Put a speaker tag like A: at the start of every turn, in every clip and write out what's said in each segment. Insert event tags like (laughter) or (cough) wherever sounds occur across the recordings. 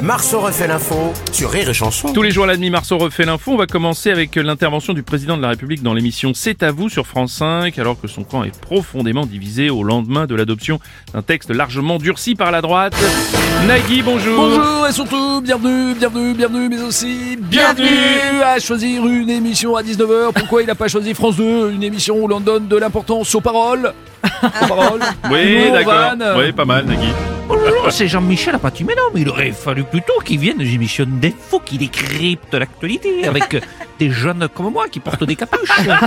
A: Marceau refait l'info sur Rire et Chanson.
B: Tous les jours à la demi, Marceau refait l'info. On va commencer avec l'intervention du président de la République dans l'émission C'est à vous sur France 5, alors que son camp est profondément divisé au lendemain de l'adoption d'un texte largement durci par la droite. Nagui, bonjour.
C: Bonjour et surtout bienvenue, bienvenue, bienvenue, mais aussi bienvenue à choisir une émission à 19h. Pourquoi il n'a pas choisi France 2, une émission où l'on donne de l'importance aux paroles Aux paroles
B: Oui,
C: Humour,
B: d'accord.
C: vannes.
B: Oui, pas mal, Nagui.
D: Bonjour, Oh c'est Jean-Michel Apathy. Mais non, mais il aurait fallu plutôt qu'il vienne aux émissions d'info, qui décrypte l'actualité avec (laughs) euh, des jeunes comme moi qui portent des capuches. (laughs) alors,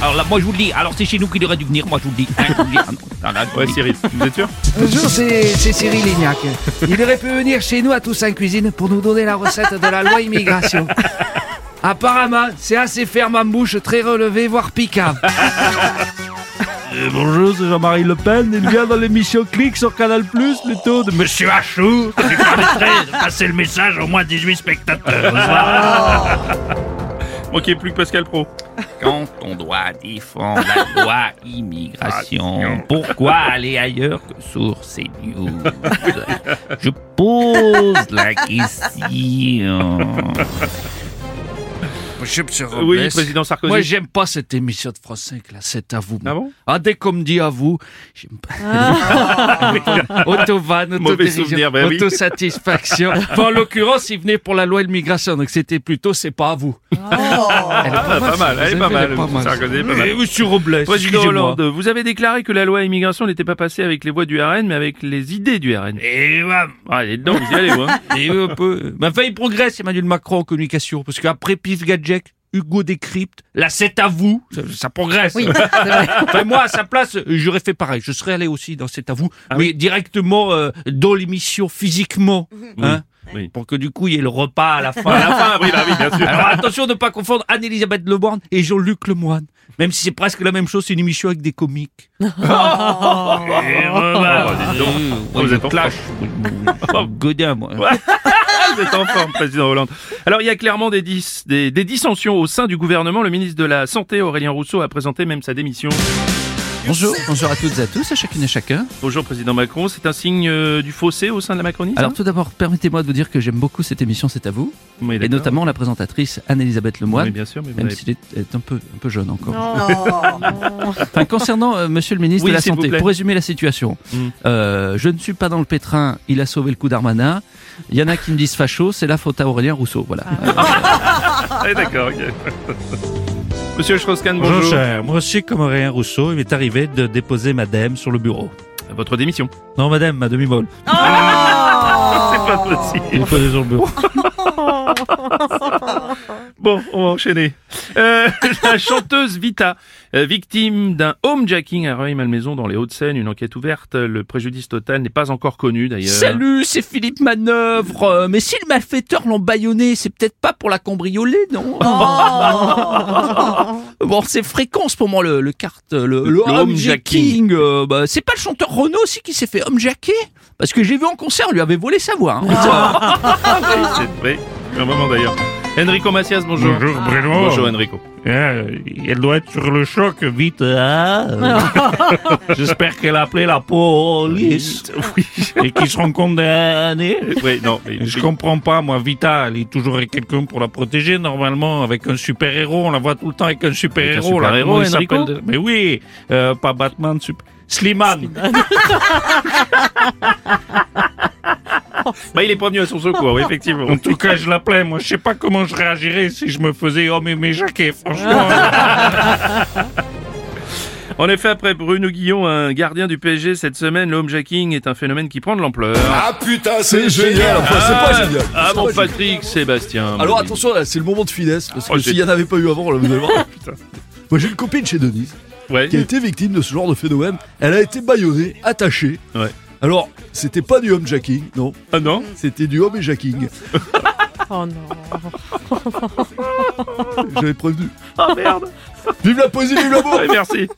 D: alors là, moi je vous le dis, alors c'est chez nous qu'il aurait dû venir, moi je vous le dis. Hein, je vous le dis. Ah, non, ah, là, je vous
B: Ouais,
D: le dis.
B: Cyril, vous êtes sûr
E: Bonjour, c'est c'est Cyril Lignac. Il aurait pu venir chez nous à tous en cuisine pour nous donner la recette de la loi immigration.
B: (laughs)
E: Apparemment, c'est assez ferme en bouche, très relevé, voire piquant.
D: Bonjour, c'est Jean-Marie Le Pen. Il vient dans l'émission Click sur Canal Plus, plutôt de (laughs) Monsieur Achou. Ça lui permettrait de passer le message aux moins 18 spectateurs.
B: Manquez plus que Pascal Pro.
D: Quand on doit défendre la loi immigration, pourquoi aller ailleurs que sur ces news Je pose la question.
C: Monsieur, monsieur
B: Oui,
C: Robles,
B: président Sarkozy.
C: Moi j'aime pas cette émission de France 5 là, c'est à vous.
B: Ah bon
C: Ah dès qu'on me dit à vous, j'aime pas. (laughs) Auto-vanne,
B: Mauvais
C: autodérision,
B: souvenir, ben oui.
C: autosatisfaction. Enfin, en l'occurrence, il venait pour la loi immigration, donc c'était plutôt c'est pas à vous. Elle est
B: Ah, pas mal, elle est pas
C: vous
B: mal.
C: avez pas mal.
B: Sarkozy, pas mal.
C: Monsieur Robles,
B: Président
C: excusez-moi.
B: Hollande, vous avez déclaré que la loi immigration n'était pas passée avec les voix du RN, mais avec les idées du RN.
D: Et voilà.
B: Ah, il est dedans, vous y allez, vous, (laughs) hein.
D: Et un peu.
C: Mais enfin, il euh, ben, progresse, Emmanuel Macron, en communication, parce qu'après Pif Gadget, Hugo décrypte, là, c'est à vous, ça, ça progresse. (laughs) enfin, moi, à sa place, j'aurais fait pareil. Je serais allé aussi dans cet à vous,
B: Ah
C: mais directement euh, dans l'émission, physiquement. hein,
B: Oui.
C: Pour que du coup, il y ait le repas à la fin.
B: À la fin, oui, bah oui, bien sûr.
C: Alors attention de ne pas confondre Anne-Elisabeth Leborn et Jean-Luc Lemoine. Même si c'est presque la même chose, c'est une émission avec
B: (laughs)
C: des comiques.
D: Et voilà.
B: Oh, vous êtes en
D: clash. Godin, moi.
B: (laughs) Vous êtes en forme, président Hollande. Alors, il y a clairement des, dis- des, des dissensions au sein du gouvernement. Le ministre de la Santé, Aurélien Rousseau, a présenté même sa démission.
C: Bonjour, bonjour à toutes et à tous, à chacune et à chacun.
B: Bonjour, président Macron. C'est un signe euh, du fossé au sein de la Macronie ça
C: Alors tout d'abord, permettez-moi de vous dire que j'aime beaucoup cette émission, c'est à vous.
B: Oui,
C: et
B: d'accord.
C: notamment la présentatrice Anne-Elisabeth Lemoine,
B: Oui, bien sûr, mais vous
C: même
B: avez-
C: s'il est, est un, peu, un peu jeune encore. (laughs) Enfin, concernant euh, Monsieur le ministre
B: Oui,
C: de la
B: s'il vous
C: Santé,
B: plaît.
C: pour résumer la situation,
B: Mm.
C: euh, je ne suis pas dans le pétrin, il a sauvé le coup d'Armanin. Il y en a qui me disent facho, c'est la faute à Aurélien Rousseau. Voilà.
B: Ah, d'accord, ok.
C: (laughs)
B: Monsieur Strauss-Kahn, bonjour.
D: cher. Moi aussi, comme Aurélien Rousseau, il m'est arrivé de déposer madame sur le bureau.
B: Votre démission.
D: Non, madame, ma demi-molle.
B: C'est pas possible.
D: Déposée sur le bureau.
B: Bon, on va enchaîner. Euh, (laughs) la chanteuse Vita, euh, victime d'un homejacking à Rueil-Malmaison dans les Hauts-de-Seine, une enquête ouverte. Le préjudice total n'est pas encore connu d'ailleurs.
C: Salut, c'est Philippe Manœuvre. Euh, Mais si le malfaiteur l'ont bâillonné, c'est peut-être pas pour la cambrioler, non
F: Oh.
C: (laughs) Bon, c'est fréquent en ce moment le, le carte, le, le,
B: le
C: homejacking. Euh, bah, c'est pas le chanteur Renaud aussi qui s'est fait homejacker Parce que j'ai vu en concert, on lui avait volé sa voix. hein.
F: Ah.
B: C'est vrai. Un moment d'ailleurs. Enrico Macias, bonjour.
D: Bonjour, Bruno.
B: Ah. Bonjour Enrico.
D: Euh, elle doit être sur le choc, vite. hein.
B: (laughs)
D: Euh, J'espère qu'elle a appelé la police
B: Oui.
D: et qu'ils seront condamnés.
B: Oui, non, mais
D: Je comprends pas, moi, Vita, elle est toujours avec quelqu'un pour la protéger, normalement, avec un super-héros. On la voit tout le temps avec un
B: Avec un
D: super-héros. là.
B: super-héros,
D: Comment il s'appelle
B: Enrico
D: de- Mais oui, euh, pas Batman, super... Slimane.
B: bah, il est pas venu à son secours, oui, effectivement.
G: (laughs)
D: En tout cas, je l'appelais. Moi, je sais pas comment je réagirais si je me faisais homme et mes jaquets, franchement.
B: (laughs) En effet, après Bruno Guillon, un gardien du PSG cette semaine, le homejacking est un phénomène qui prend de l'ampleur.
G: Ah putain, c'est génial. Enfin, c'est pas génial.
B: Ah mon Patrick Sébastien.
F: Alors attention, là, c'est le moment de finesse, parce
B: Oh,
F: que
B: j'ai-
F: s'il n'y en avait pas eu avant, là, vous allez
C: (laughs)
F: voir. Moi, j'ai une copine chez Denise
B: Ouais.
F: qui a été victime de ce genre de phénomène. Elle a été bâillonnée, attachée.
B: Ouais.
F: Alors, c'était pas du homejacking, non,
B: Ah non
F: c'était du homejacking.
H: (laughs) Oh non.
F: J'avais prévenu.
B: Ah merde
G: Ah,
F: Vive la poésie, vive l'amour
B: (laughs) Ouais, Ah, Merci.